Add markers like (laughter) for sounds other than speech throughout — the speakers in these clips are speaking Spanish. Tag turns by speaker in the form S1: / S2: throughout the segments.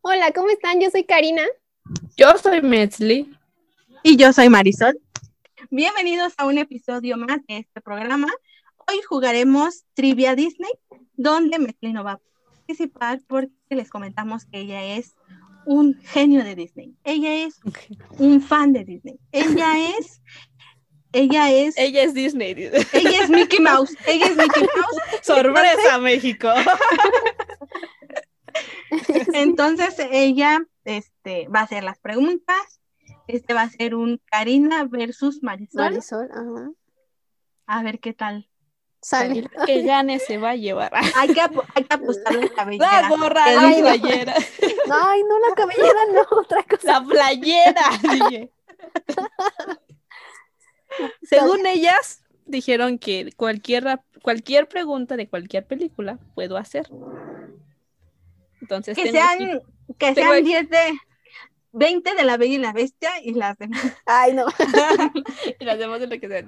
S1: Hola, ¿cómo están? Yo soy Karina.
S2: (laughs) Yo soy Metzli.
S3: Y yo soy Marisol. Bienvenidos a un episodio más de este programa. Hoy jugaremos Trivia Disney, donde Metzli no va a participar porque les comentamos que ella es un genio de Disney. Ella es un fan de Disney. Ella es, ella es,
S2: Ella es Disney. (laughs) dice.
S3: ella es Mickey Mouse. Ella es Mickey Mouse.
S2: Sorpresa, México.
S3: Entonces ella, este, va a hacer las preguntas. Este va a ser un Karina versus Marisol.
S1: Marisol, ajá.
S3: A ver qué tal.
S1: Sale.
S2: Que gane se va a llevar.
S3: Hay que, apo- hay que apostarle la
S2: La
S3: bellera.
S2: gorra,
S3: Te
S2: la
S1: Ay, no.
S3: digo,
S2: playera.
S1: Ay, no, la cabellera no, (laughs) otra cosa.
S2: (laughs) La playera. dije. Según ellas, dijeron que cualquier, rap- cualquier pregunta de cualquier película puedo hacer. Entonces,
S3: que
S2: tengo aquí-
S3: sean, que
S2: Tengo
S3: sean
S2: aquí-
S3: 10 de 20 de la Bella y la Bestia y las (laughs) demás.
S1: Ay, no. (laughs)
S2: y (laughs) las demás de lo que sea. (laughs)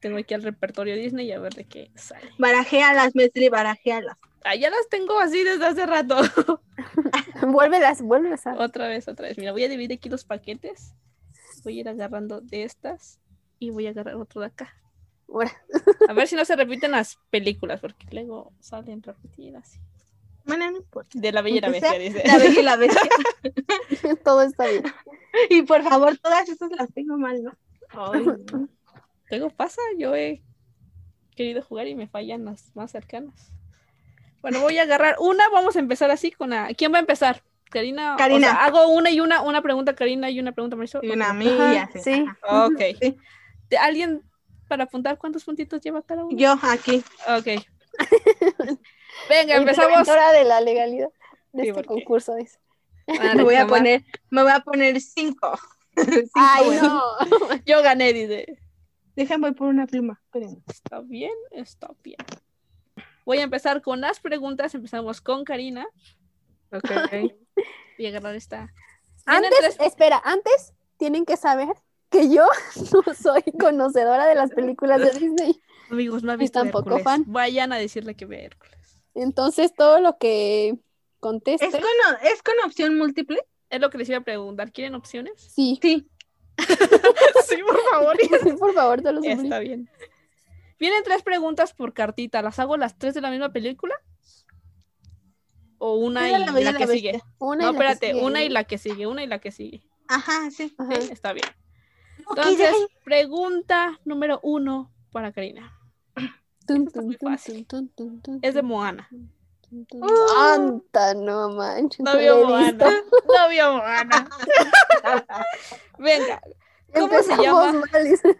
S2: Tengo aquí el repertorio Disney y a ver de qué sale.
S3: Barajealas, Mesli, barajealas.
S2: Ah, ya las tengo así desde hace rato.
S1: Vuélvelas, vuélvelas a.
S2: Otra vez, otra vez. Mira, voy a dividir aquí los paquetes. Voy a ir agarrando de estas y voy a agarrar otro de acá.
S1: Ahora. (laughs)
S2: A ver si no se repiten las películas, porque luego salen repetidas.
S3: Bueno, no importa.
S2: De la Bella y la
S3: Aunque sea
S2: Bestia, dice.
S3: La Bella y la Bestia.
S1: Todo está bien.
S3: (laughs) Y por favor, todas esas las tengo mal, ¿no?
S2: Ay, no. Luego pasa, yo he querido jugar y me fallan las más cercanas. Bueno, voy a agarrar una, vamos a empezar así con la... ¿Quién va a empezar? Karina. o
S3: Karina.
S2: sea, hago una y una, una pregunta Karina y una pregunta Marisol.
S3: Y una
S2: Ok.
S1: Ajá,
S3: mía. Sí.
S1: sí.
S2: Ok.
S3: Sí.
S2: ¿Te- ¿Alguien para apuntar cuántos puntitos lleva cada uno?
S3: Yo aquí.
S2: Ok. Venga, empezamos.
S1: Interventora de la legalidad de
S2: Sí,
S1: este
S2: porque-
S1: concurso, dice.
S3: Me voy a poner, me voy a poner cinco. (laughs) Cinco,
S2: Ah,
S1: Ay,
S3: bueno.
S1: no.
S2: Yo gané, dice.
S3: Déjame voy por una pluma. espérenme.
S2: Está bien, está bien. Voy a empezar con las preguntas. Empezamos con Karina. (laughs) Voy a agarrar esta. Tienen
S1: Antes, eh,
S2: tres-
S1: espera, antes tienen que saber que yo (laughs) no soy conocedora de las películas de Disney.
S2: Amigos, no ha visto
S1: tampoco
S2: Hércules.
S1: fan.
S2: Vayan a decirle que ve Hércules.
S1: Entonces, todo lo que conteste,
S3: ¿Es, con, ¿Es con opción múltiple?
S2: Es lo que les iba a preguntar. ¿Quieren opciones?
S1: sí. (laughs)
S3: Sí.
S2: (laughs) sí, por (laughs) favor.
S1: Sí, por favor, te lo suplico.
S2: Está bien. Vienen tres preguntas por cartita. ¿Las hago las tres de la misma película? ¿O una
S3: Sí,
S2: y
S3: de
S2: la,
S3: la Bella y la
S2: que sigue?
S3: Bestia.
S1: Una y la
S2: No,
S1: que
S2: espérate.
S1: sigue.
S2: Una y la que sigue, una y la que sigue.
S3: Ajá, sí.
S1: Ajá.
S2: Sí, Está bien.
S3: Ok,
S2: Entonces,
S3: dale.
S2: pregunta número uno para Karina.
S1: Tun,
S2: Está
S1: tun,
S2: muy
S1: tun,
S2: fácil.
S1: tun, tun, tun,
S2: Es de
S1: tun,
S2: Moana.
S1: tun, tun.
S3: Uh.
S1: Anta, no manches. no
S2: No
S1: la
S2: vio
S1: he visto.
S2: Moana. No vio Moana. Venga, ¿Cómo se llama?
S1: Empezamos mal,
S2: (laughs)
S1: dice.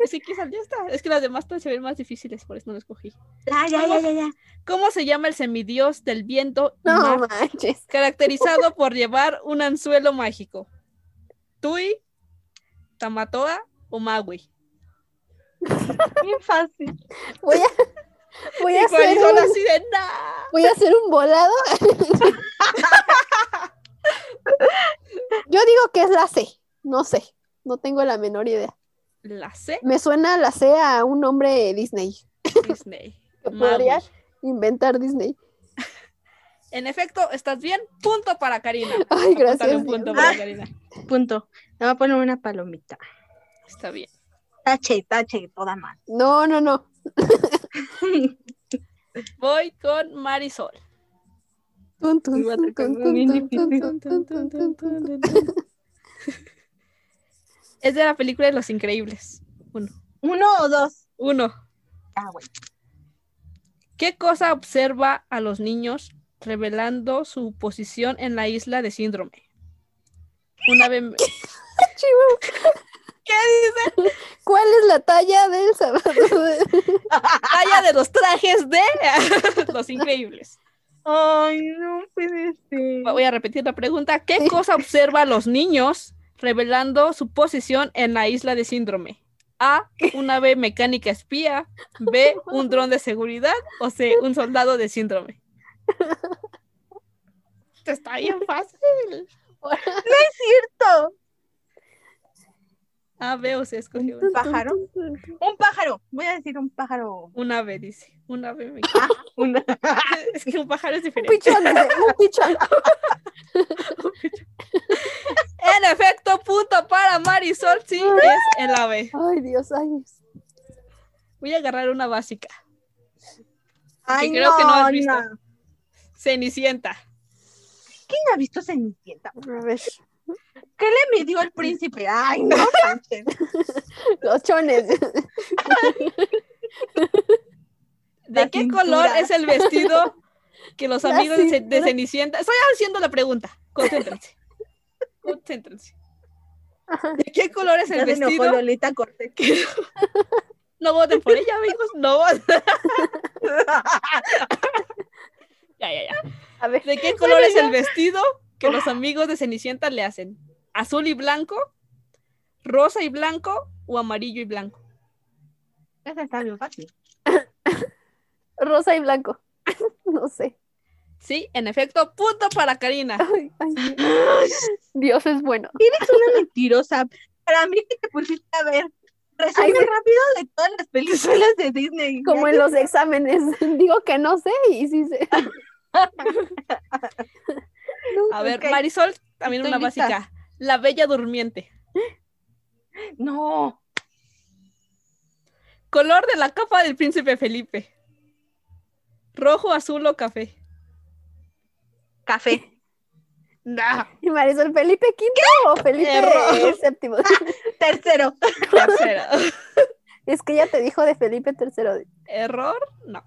S2: es que quizás ya está. Es que las demás se ven más difíciles, por eso no las cogí.
S3: (laughs) Ya, ya, ya, ya, ya.
S2: ¿Cómo se llama el semidios del viento y
S1: No
S2: mar, (laughs)
S1: manches.
S2: caracterizado por llevar un anzuelo mágico? ¿Tui, Tamatoa o Maui?
S3: Bien fácil.
S1: Voy a, voy a
S2: Y
S1: hacer
S2: Marisol
S1: un,
S2: así de, "Nah".
S1: (laughs) voy a hacer un
S2: (laughs)
S1: volado. Yo digo que es la C. No sé. No tengo la menor idea. (laughs)
S2: La C,
S1: Me suena la C a un nombre Disney.
S2: Disney.
S1: Que
S2: Maui.
S1: podría inventar Disney. (laughs)
S2: En efecto, ¿estás bien? Punto para Karina.
S1: Ay, gracias.
S2: Apúntale un
S1: Dios. Ah.
S2: punto para Karina.
S3: Punto. Le voy a poner una palomita.
S2: Está bien.
S3: Tache, tache, toda mal.
S1: No, no, no.
S2: Voy con Marisol.
S1: Tun, tun,
S3: Iba a
S1: tun,
S3: tocar
S1: tun,
S3: algo bien
S1: tun, tun,
S3: difícil.
S1: tun, tun, tun, tun, tun.
S2: (laughs) Es de la película de Los Increíbles. Uno.
S3: (laughs) ¿Uno o dos?
S2: Uno.
S3: Ah, bueno.
S2: ¿Qué cosa observa a los niños revelando su posición en la isla de síndrome? Una vez.
S1: (laughs) Chihuahua.
S2: ¿Qué dice?
S1: ¿Cuál es la talla del (laughs) zapato?
S2: Talla de los trajes de (laughs) Los Increíbles.
S3: Ay, no puede ser.
S2: Voy a repetir la pregunta. ¿Qué cosa observa a los niños revelando su posición en la isla de síndrome? A. Una ave mecánica espía. B. Un dron de seguridad. O C. Un soldado de síndrome. Esto Está bien fácil.
S3: ¡Cierto!
S2: A, B o C escogió.
S3: Un pájaro. Un pájaro. Voy a decir un pájaro.
S2: Un ave, dice. Un ave me
S3: Ah. (laughs) Una-
S2: (laughs) Es que un pájaro es
S1: Un
S2: diferente.
S1: pichón, dice, un pichón.
S2: En efecto, punto para Marisol. Sí, es el ave.
S1: Ay, Dios, ay. Dios.
S2: Voy a agarrar una básica.
S3: Ay,
S2: creo que no has visto.
S3: no.
S2: Cenicienta.
S3: ¿Quién ha visto Cenicienta?
S1: A ver.
S3: ¿Qué le midió el príncipe? Ay, (laughs) no, manches.
S1: Los chones. (laughs)
S2: ¿De
S3: La
S2: qué
S3: cintura.
S2: color es el
S1: (laughs)
S2: vestido que los
S1: La
S2: amigos de, Ce- de
S1: cintura.
S2: Cenicienta? Estoy haciendo la pregunta.
S1: (laughs)
S2: Concéntrense. Concéntrense. ¿De qué color es el
S3: Ya se enojó
S2: vestido?
S3: Lolita Cortés.
S2: No voten por ella, amigos. No voten.
S1: (laughs)
S2: Ya, ya, ya.
S1: A ver.
S2: ¿De qué color
S1: Bueno,
S2: es el vestido que los amigos de Cenicienta le hacen? ¿Azul y blanco? ¿Rosa y blanco? ¿O amarillo y blanco?
S3: Esa está bien fácil.
S1: Rosa y blanco. (laughs) No sé.
S2: Sí, en efecto, punto para Karina.
S1: Ay, ay, Dios es bueno.
S3: Eres una mentirosa. Para mí que te pusiste a ver. Resumen
S1: Ay, sí.
S3: rápido de todas las películas de Disney.
S1: Como en los exámenes. (laughs) Digo que no sé y sí sé.
S3: (laughs)
S2: A ver,
S3: Ok.
S2: Marisol, también
S3: Estoy
S2: una
S3: lista.
S2: básica. La Bella Durmiente.
S3: No.
S2: Color de la capa del príncipe Felipe. Rojo, azul o café.
S3: Café.
S2: (laughs)
S1: Y Marisol, ¿Felipe quinto o Felipe
S2: Error.
S1: (laughs) séptimo?
S3: Tercero.
S2: Tercero.
S1: Es que ya te dijo de Felipe tercero.
S2: (laughs) Error, no.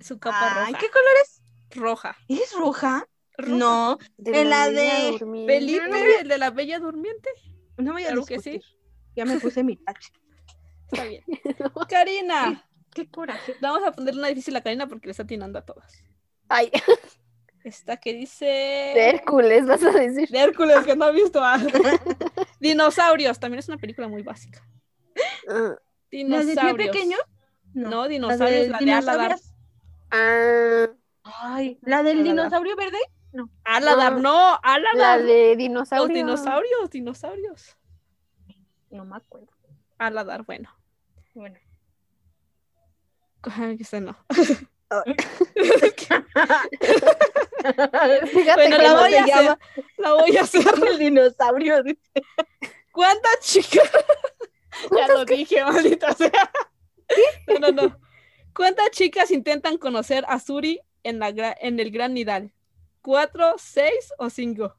S2: Su capa
S3: Ay,
S2: roja.
S3: ¿qué color es?
S2: Roja.
S3: ¿Es roja?
S2: Roja.
S3: No.
S1: De
S3: En la
S1: Bella
S3: de
S1: Durmiente.
S3: (laughs)
S2: Felipe, el de la Bella Durmiente.
S3: No voy a
S2: Claro que
S3: discutir. Ya me puse mi tache.
S2: Está
S3: (laughs)
S2: bien. Karina.
S3: Qué coraje.
S2: Vamos a poner una difícil a Karina porque le está atinando a todas.
S1: Ay, (laughs)
S2: Esta que dice.
S1: de Hércules, vas a decir.
S2: (laughs) De Hércules, que no ha visto. ah. Dinosaurios. También es una película muy básica.
S3: ¿La
S2: Dinosaurios.
S3: de pie pequeño?
S2: No,
S3: ¿La
S2: dinosaurios,
S3: del
S2: la de Aladar.
S3: dinosaurio?
S1: Ah,
S3: Ay, ¿la del
S1: Aladar.
S3: dinosaurio verde?
S2: Aladar, no,
S1: la
S2: Aladar.
S1: de
S2: Los
S1: dinosaurio.
S2: dinosaurios, dinosaurios.
S3: No me acuerdo.
S2: Aladar, bueno.
S3: (laughs) Bueno.
S2: Ay, esa no. (laughs)
S1: Fíjate
S2: Bueno,
S1: que
S2: la
S1: no
S2: voy
S1: se
S2: a hacer.
S1: llama.
S2: La voy a hacer.
S3: el dinosaurio.
S2: ¿Cuántas chicas? ya lo dije, maldita sea. No, no, no. ¿Cuántas chicas intentan conocer a Suri en, la gra- en el Gran Nidal? ¿Cuatro, seis o cinco?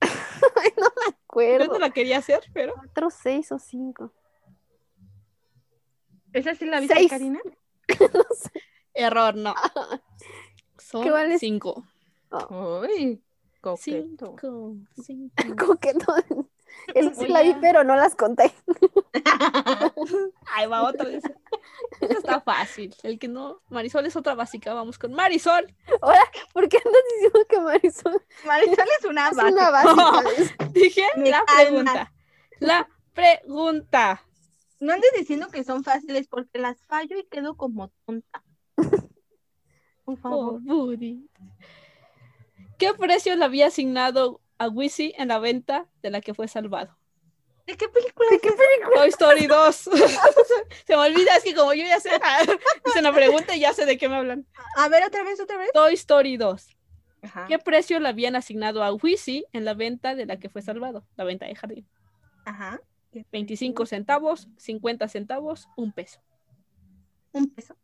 S1: Ay, (laughs) no me
S2: Yo
S1: acuerdo.
S2: no la quería hacer, pero.
S1: Cuatro, seis o cinco.
S3: ¿Esa sí la
S1: viste,
S3: viste,
S1: Seis. Karina?
S3: Karina?
S2: Error, (laughs) no. Son
S1: ¿Qué vale?
S2: cinco.
S3: Uy, coqueto.
S2: Cinco. cinco.
S1: Como que no. (laughs) Eso sí
S2: Voy
S1: la vi,
S2: a-
S1: pero no las conté.
S2: (laughs) Ahí va otra vez. Esta está fácil. El que no. Marisol es otra básica. Vamos con Marisol.
S1: ¿Por qué andas diciendo que Marisol
S3: Marisol es una
S2: Ah,
S1: es
S3: base.
S1: una
S2: (laughs)
S1: base?
S2: Dije
S3: Me
S2: la
S3: calma.
S2: pregunta. La pregunta.
S3: No andes diciendo que son fáciles porque las fallo y quedo como (laughs) tonta. Por
S2: Oh,
S3: favor.
S2: Budi. ¿Qué precio le había asignado a Wizzy en la venta de la que fue salvado?
S3: ¿De qué película
S1: ¿De qué
S3: es?
S2: Toy Story 2. (laughs) Se me olvida, es que como yo ya sé, (laughs) hice una pregunta y ya sé de qué me hablan.
S3: A ver, otra vez, otra vez.
S2: Toy Story 2.
S3: Ajá.
S2: ¿Qué precio le habían asignado a Wizzy en la venta de la que fue salvado? La venta de jardín.
S3: Ajá.
S2: 25 centavos, 50 centavos, un peso.
S3: Un peso.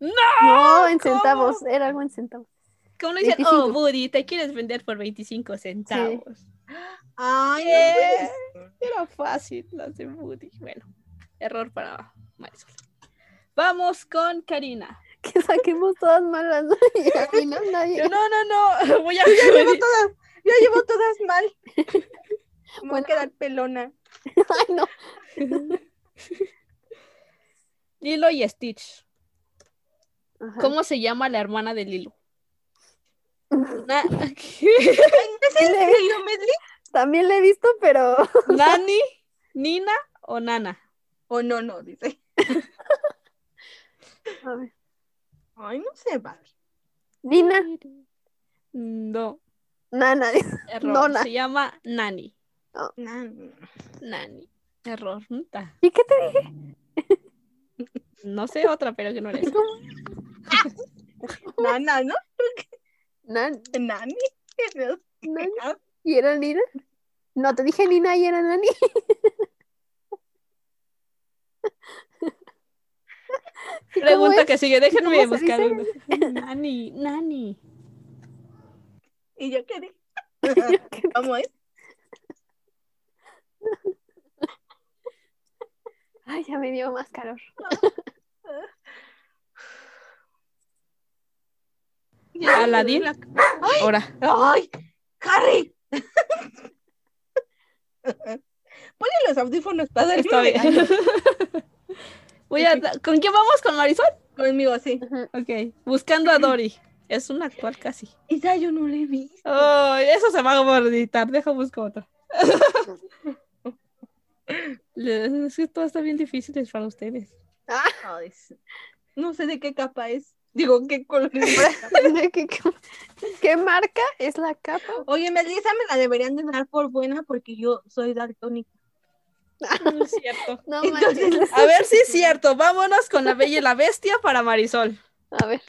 S1: No, en
S2: ¡Ah! ¿cómo?
S1: centavos. Era algo en centavos. (laughs)
S2: Que uno dice,
S1: 25.
S2: oh, Buddy, te quieres vender por 25 centavos.
S3: Ay,
S2: Eh,
S3: no
S2: Era fácil las de Buddy. Bueno, error para Marisol. Vamos con Karina.
S1: Que saquemos todas malas. ¿no? (laughs) Y al final nadie. (laughs)
S2: (laughs) Yo, no, no, no. Voy a.
S3: puedes. Ya llevo todas, ya llevo todas mal. (laughs) Me voy
S1: Bueno.
S3: a quedar pelona.
S1: Ay, no.
S2: Lilo y Stitch.
S1: Ajá.
S2: ¿Cómo se llama la hermana de
S3: (laughs)
S2: Lilo? Na- (laughs)
S3: ¿Es el
S1: le-
S3: Lilo Medley
S1: También la he visto, pero. (laughs)
S2: ¿Nani, Nina o Nana?
S3: o no? No, (laughs) dice.
S1: A ver.
S3: Ay, no se va.
S1: Nina.
S2: No,
S1: Nana.
S2: Mm, error.
S1: Nona.
S2: Se llama Nani.
S3: Nan. (laughs)
S2: Nani. Error. nta.
S1: ¿Y qué te dije?
S2: No (laughs) sé otra, pero que no eres.
S3: Nana, ¿no?
S1: Nan-
S3: Nani. Dios, qué
S1: Nani.
S3: pecado.
S1: ¿Y era Nina? No, te dije Nina y era Nani. (laughs) ¿Y cómo
S2: Pregunta
S1: es?
S2: que sigue, déjenme
S1: cómo se
S2: buscar
S1: dice?
S2: una. (laughs) Nani, Nani.
S3: (laughs) ¿Y yo qué dije? (laughs) ¿Cómo es?
S1: Ay, ya me dio más calor.
S2: Aladín.
S3: La-
S2: Ahora.
S3: ¡Ay! ¡Harry! Ponle los audífonos para darle
S2: Está
S3: un
S2: bien.
S3: regalo
S2: (laughs) Voy a da- ¿Con quién vamos? ¿Con Marisol?
S3: conmigo, sí.
S2: Ok. Buscando a Dory. Es un actual casi.
S3: Esa yo no la he visto.
S2: Oh, eso se va a editar. Deja busco otra. (laughs) Le- Es que todo está bien difícil para ustedes.
S3: Ay, sí. no sé de qué capa es. Digo, qué color es.
S1: ¿Qué, qué- qué marca es la capa?
S3: Oye, Melissa me la deberían de dar por buena porque yo soy daltónica.
S2: (laughs) No es cierto.
S1: No
S3: Entonces-
S1: manches.
S2: A ver si es cierto. Vámonos con la bella y la bestia para Marisol.
S1: A ver.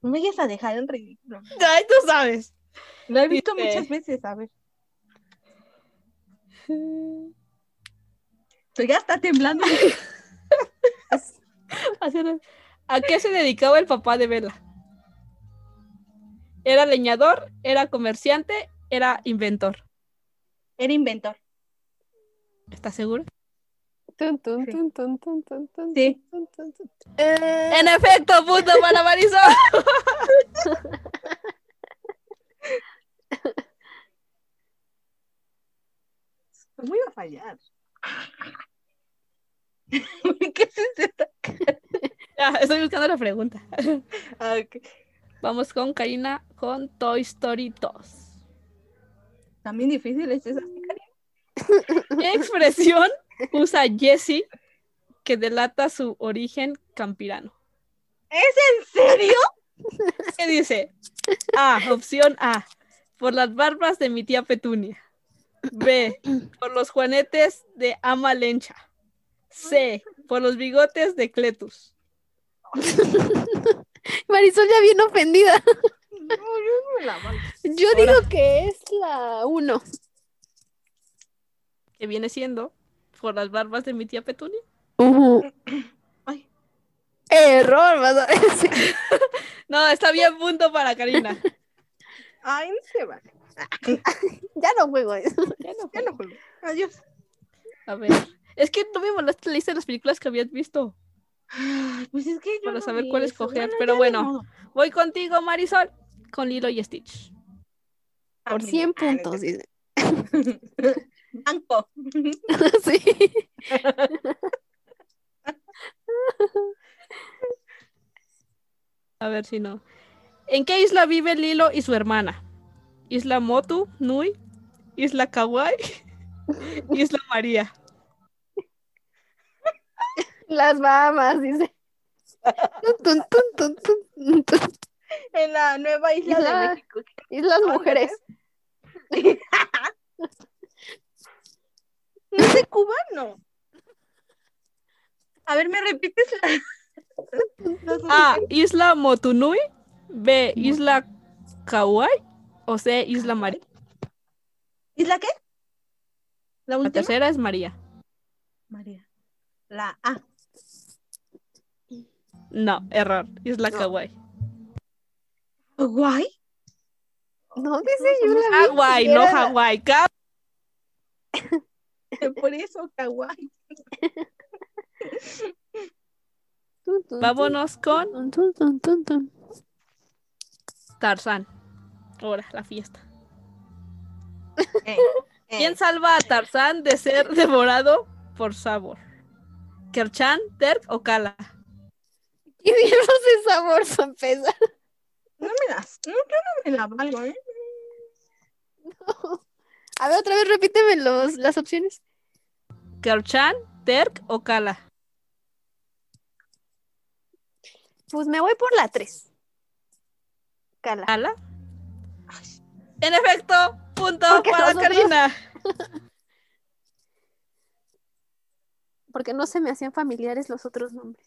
S3: No me vayas a dejar en ridículo.
S2: Ay, tú sabes.
S3: Lo he visto
S2: Dice-
S3: muchas veces, a ver. Tú ya está temblando.
S2: Así era. ¿A qué se dedicaba el papá de Vela? Era leñador, era comerciante, era inventor.
S3: Era inventor.
S2: ¿Estás seguro?
S1: Tun, tun,
S3: Sí.
S1: tun, tun, tun, tun, tun,
S3: Sí.
S1: tun, tun, tun. Eh,
S2: En efecto, punto para Marisol. (laughs)
S3: ¿Cómo iba a fallar? (laughs) ¿Qué es esto?
S2: Ya, Ah, estoy buscando la pregunta.
S3: Ah, ok.
S2: Vamos con Karina con Toy Story 2.
S3: También difícil es esa.
S2: (laughs) ¿Qué expresión usa Jesse que delata su origen campirano?
S3: ¿Es en serio?
S2: ¿Qué dice? A, opción A, por las barbas de mi tía Petunia. B, por los juanetes de Ama Lencha. C, por los bigotes de Cletus.
S1: Marisol ya bien ofendida.
S3: No, yo no me la mando.
S1: Yo
S2: Ahora.
S1: digo que es la uno.
S2: Que viene siendo por las barbas de mi tía Petunia.
S3: Ay,
S1: Error, vas a (laughs) decir.
S2: No, está bien, punto para Karina.
S3: ay, no se vale.
S1: Ya no juego eso.
S2: Ya no
S3: Ya no juego. Adiós.
S2: A ver. Es que no me mandaste la lista de las películas que habías visto.
S3: Ay, Pues es que yo
S2: Para
S3: no
S2: saber
S3: vi
S2: cuál
S3: eso.
S2: escoger, pero
S3: ya ni
S2: bueno.
S3: modo.
S2: Voy contigo, Marisol, con Lilo y Stitch.
S1: Por
S3: Ah,
S1: 100
S3: mira.
S1: puntos, dice. (laughs)
S3: Banco.
S1: Sí.
S2: A ver si no. ¿En qué isla vive Lilo y su hermana? ¿Isla Motu, Nui? ¿Isla Kauai? (laughs) ¿Isla María?
S1: Las Bahamas, dice. Tun, tun, tun, tun, tun, tun.
S3: (laughs) En la nueva isla de
S1: Isla-
S3: México.
S1: Islas Mujeres.
S3: ¿No es de Cuba? No. A ver, ¿me repites la... los
S2: A. Isla Motunui. B. Isla Kauai. O C. Isla María.
S3: ¿Isla qué? La
S2: La
S3: última.
S2: tercera es María.
S3: María. La A.
S2: No, error. Isla
S1: No.
S2: Kauai.
S3: ¿Guay?
S1: No, dice yo la vi.
S2: Hawái,
S1: Era
S2: no
S1: la-
S2: Hawái. Ka-
S3: (laughs) Por eso, kawaii.
S1: Tun, tun,
S2: Vámonos con
S1: tun, tun, tun, tun, tun.
S2: Tarzán. Ahora, la fiesta.
S3: Eh, eh.
S2: ¿Quién salva a Tarzán de ser (laughs) devorado por Sabor? ¿Kerchan, Terk o Kala?
S1: Y (laughs) dinos ese sabor, son pesar.
S3: No me las... No, yo no me la valgo, ¿eh?
S1: A ver, otra vez repíteme los, las opciones.
S2: ¿Kerchan, Terk o Kala?
S1: Pues me voy por la 3. Cala.
S2: ¿Kala?
S3: Ay,
S2: En efecto, punto
S1: Porque
S2: para
S1: nosotros-
S2: Karina.
S1: Porque no se me hacían familiares los otros nombres.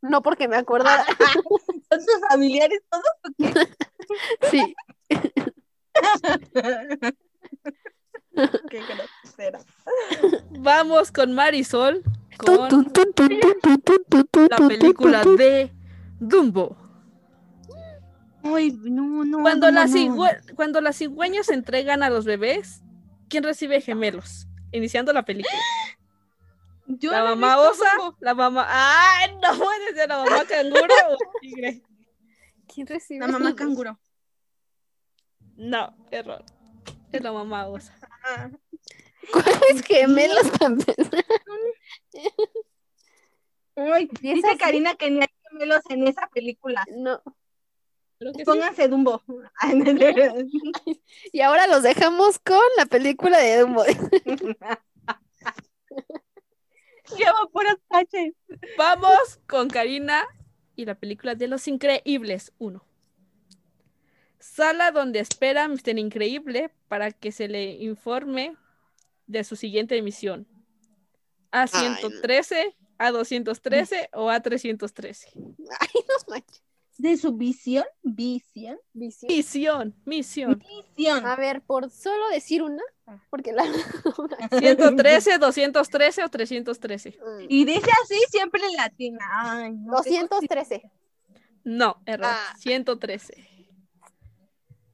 S1: No porque me
S2: (laughs)
S1: acordara.
S3: ¿Son tus familiares todos?
S1: (laughs) Sí.
S3: Qué grosera.
S2: Vamos con Marisol
S1: Tun,
S2: con
S1: tun, tun, tun, tun, tun, tun, tun, tun,
S2: la
S1: tun,
S2: película
S1: tun, tun.
S2: de Dumbo.
S3: Ay, no, no.
S2: Cuando,
S3: no,
S2: las
S3: no.
S2: cigüe- cuando las cigüeñas se entregan a los bebés, ¿quién recibe gemelos? Iniciando la película.
S3: Yo
S2: la
S3: no he
S2: mamá
S3: visto
S2: osa,
S3: Dumbo.
S2: la mamá. ¡Ah! No puede ser la mamá canguro o el tigre.
S1: ¿Quién recibe?
S3: La mamá canguro.
S2: No, error. Es la mamá osa.
S3: Ah,
S1: (laughs) ¿Cuáles gemelos (laughs) también?
S3: Ay,
S1: ¿Y es
S3: dice
S1: así?
S3: Karina que ni hay gemelos en esa película.
S1: No.
S2: Creo que sí.
S3: Pónganse Dumbo. (laughs) Ay, no, no,
S1: Y ahora los dejamos con la película de Dumbo. (laughs)
S3: no. Lleva puras taches.
S2: Vamos con Karina y la película de Los Increíbles 1. Sala donde espera Mr. Increíble para que se le informe de su siguiente misión. A113, A213 o A313.
S1: Ay, no manches.
S3: ¿De su visión? ¿Visión? Ah.
S1: Visión.
S2: Misión, misión.
S3: Visión.
S1: A ver, por solo decir una, porque la...
S2: 113, 213 o 313.
S3: Y dice así siempre en latina. Ay, no, qué
S1: 213.
S2: No, error.
S1: Ah.
S2: 113.
S3: cosa.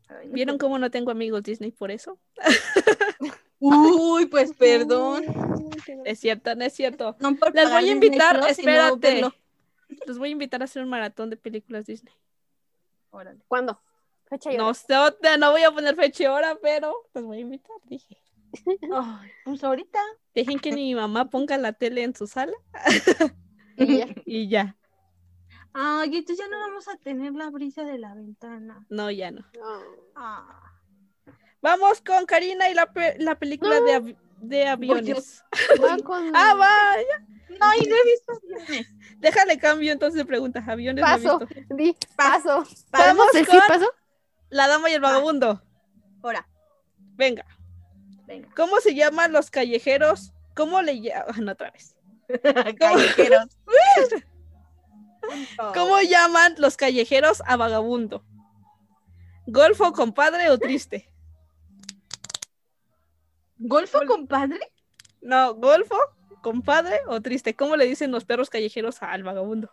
S3: Ay, no.
S2: ¿Vieron cómo no tengo amigos Disney por eso?
S3: Uy, pues perdón.
S2: Es cierto, no es cierto.
S3: No por
S2: Las
S3: pagar
S2: voy a
S3: Disney
S2: invitar,
S3: Plus, sino
S2: espérate.
S3: verlo.
S2: Los voy a invitar a hacer un maratón de películas Disney.
S3: Órale.
S1: ¿Cuándo? Fecha y
S2: No,
S1: hora.
S2: sé, no voy a poner fecha y hora, pero los voy a invitar, dije. Ay,
S3: Pues ahorita.
S2: dejen que
S3: (laughs)
S2: mi mamá ponga la tele en su sala (laughs)
S1: Y ya.
S2: y ya.
S3: Ay, entonces ya no vamos a tener la brisa de la ventana.
S2: No, ya no.
S1: No.
S3: Ah.
S2: Vamos con Karina y la, pe- la película de, avi- de aviones.
S1: Va con-
S2: Ah, vaya.
S3: No, y no he visto aviones.
S2: Déjale cambio entonces de preguntas. Aviones. no he
S1: Paso,
S2: visto.
S1: di, paso.
S2: Vamos
S1: ¿Podemos decir
S2: con-
S1: paso?
S2: La dama y
S3: Ah.
S2: el vagabundo.
S3: Ahora,
S2: Venga.
S3: (laughs) venga.
S2: ¿Cómo se llaman los callejeros? ¿Cómo le llaman? Ah, Otra vez.
S3: (laughs) Callejeros.
S2: ¿Cómo llaman los callejeros a vagabundo? ¿Golfo, compadre o triste?
S3: ¿Golfo, compadre?
S2: No, golfo, compadre o triste. ¿Cómo le dicen los perros callejeros al vagabundo?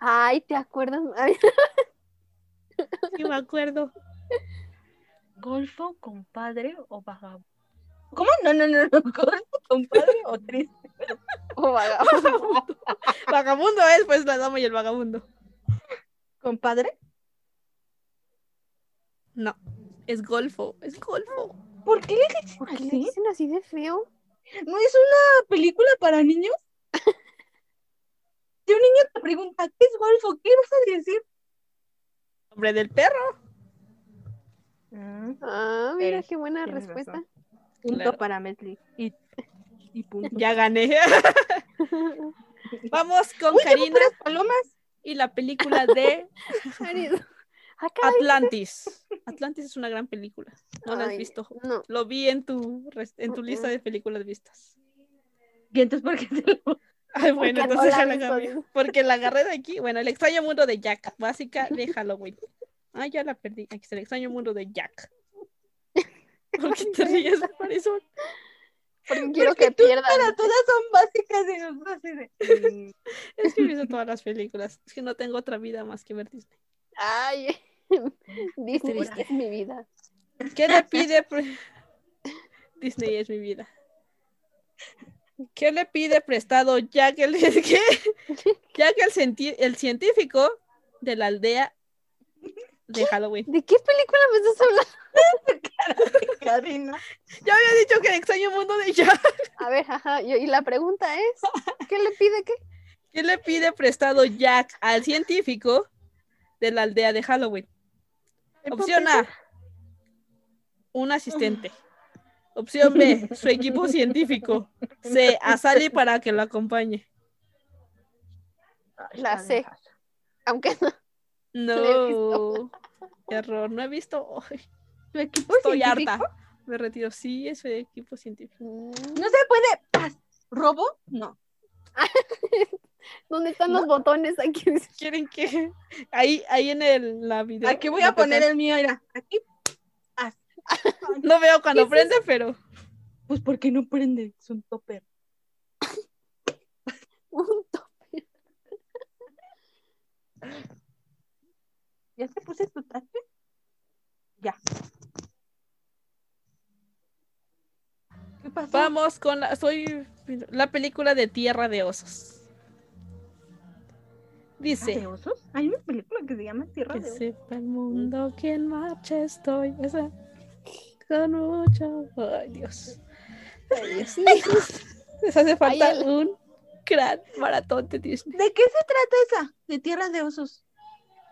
S1: Ay, ¿te acuerdas? (laughs)
S2: Sí, me acuerdo.
S3: ¿Golfo, compadre o vagabundo? ¿Cómo? No, no, no, (laughs) no. ¿Golfo, compadre o triste?
S1: Oh, vagabundo. (laughs)
S2: Vagabundo es pues la dama y el vagabundo.
S3: ¿Compadre?
S2: No, es golfo, es golfo.
S3: ¿Por qué le dicen
S1: ¿Por qué Pues le
S3: así?
S1: dicen así de feo?
S3: ¿No es una película para (laughs) niños? Si un niño te pregunta, ¿qué es golfo? ¿Qué vas a decir?
S2: Nombre del perro.
S3: Mm.
S1: Ah, mira
S3: Eres-
S1: qué buena
S3: tienes
S1: respuesta.
S3: razón. Punto
S2: Claro.
S3: para Metli. Y, y punto.
S2: Ya gané. (laughs)
S1: (laughs)
S2: Vamos con
S3: Uy, llevo
S2: Karina
S3: puras palomas.
S2: y la película de
S1: Ah, caray.
S2: Atlantis. Atlantis es una gran película. No la has
S1: Ay,
S2: visto.
S1: No.
S2: Lo vi en tu, res- en tu lista de películas vistas.
S3: ¿Y entonces por qué te lo
S2: Ay, (laughs) bueno,
S1: Porque no
S2: entonces
S1: la
S2: ya la
S1: viste.
S2: cambié. Porque la agarré de aquí. Bueno, el extraño mundo de Jack, básica de Halloween. Ah, ya la perdí. Aquí está el extraño mundo de Jack. ¿Por qué te ríes, Marisol? (laughs)
S1: Porque quiero
S3: Porque
S1: que
S3: tú
S1: pierdan.
S3: Para todas son básicas y nosotros así de-
S2: Es que he visto todas las películas. Es que no tengo otra vida más que ver Disney. (laughs)
S1: Ay, Disney
S3: Triste.
S1: es mi vida.
S2: ¿Qué le pide pre- Disney es mi vida? ¿Qué le pide prestado Jack el, (laughs) ¿qué? Jack el, cienti- el científico de la aldea de Halloween?
S1: ¿De qué película me estás hablando?
S3: Karina.
S2: Ya había dicho que el extraño mundo de Jack.
S1: A ver, ajá, y, y la pregunta es, ¿qué le pide qué?
S2: ¿Qué le pide prestado Jack al científico de la aldea de Halloween? Opción A, un asistente. Opción B, su equipo científico. C, a Sally para que lo acompañe.
S3: Ay,
S1: La
S3: está
S1: sé.
S3: bien fácil.
S1: Aunque no,
S2: No. Error, no he visto. Ay,
S3: Tu equipo
S2: estoy
S3: científico
S2: harta. Me retiro. Sí, es de equipo científico.
S3: No se puede. ¡Pas! ¿Robo? No.
S1: ¿Dónde están los botones aquí?
S2: ¿Quieren que? (laughs) Ahí, ahí en el, la video.
S3: Aquí voy a poner el mío, mira. Aquí. ¡Pas!
S2: No veo cuando prende, pero.
S3: Pues porque no prende, es un topper.
S1: Un to-
S3: ¿Ya te puse tu traste? Ya. ¿Qué pasó?
S2: Vamos con la. Soy la película de Tierra de Osos.
S3: ¿Tierra
S2: Dice.
S3: ¿Ah, de osos? Hay una película que se llama Tierra
S2: Que
S3: Ah, de osos. Mm.
S2: sepa el mundo que en marcha estoy. Esa. Con mucho. Ay, Dios.
S1: Sí.
S2: Les hace falta
S1: Ahí el-
S2: un gran maratón de Disney.
S3: ¿De qué se trata esa? De Tierra de osos.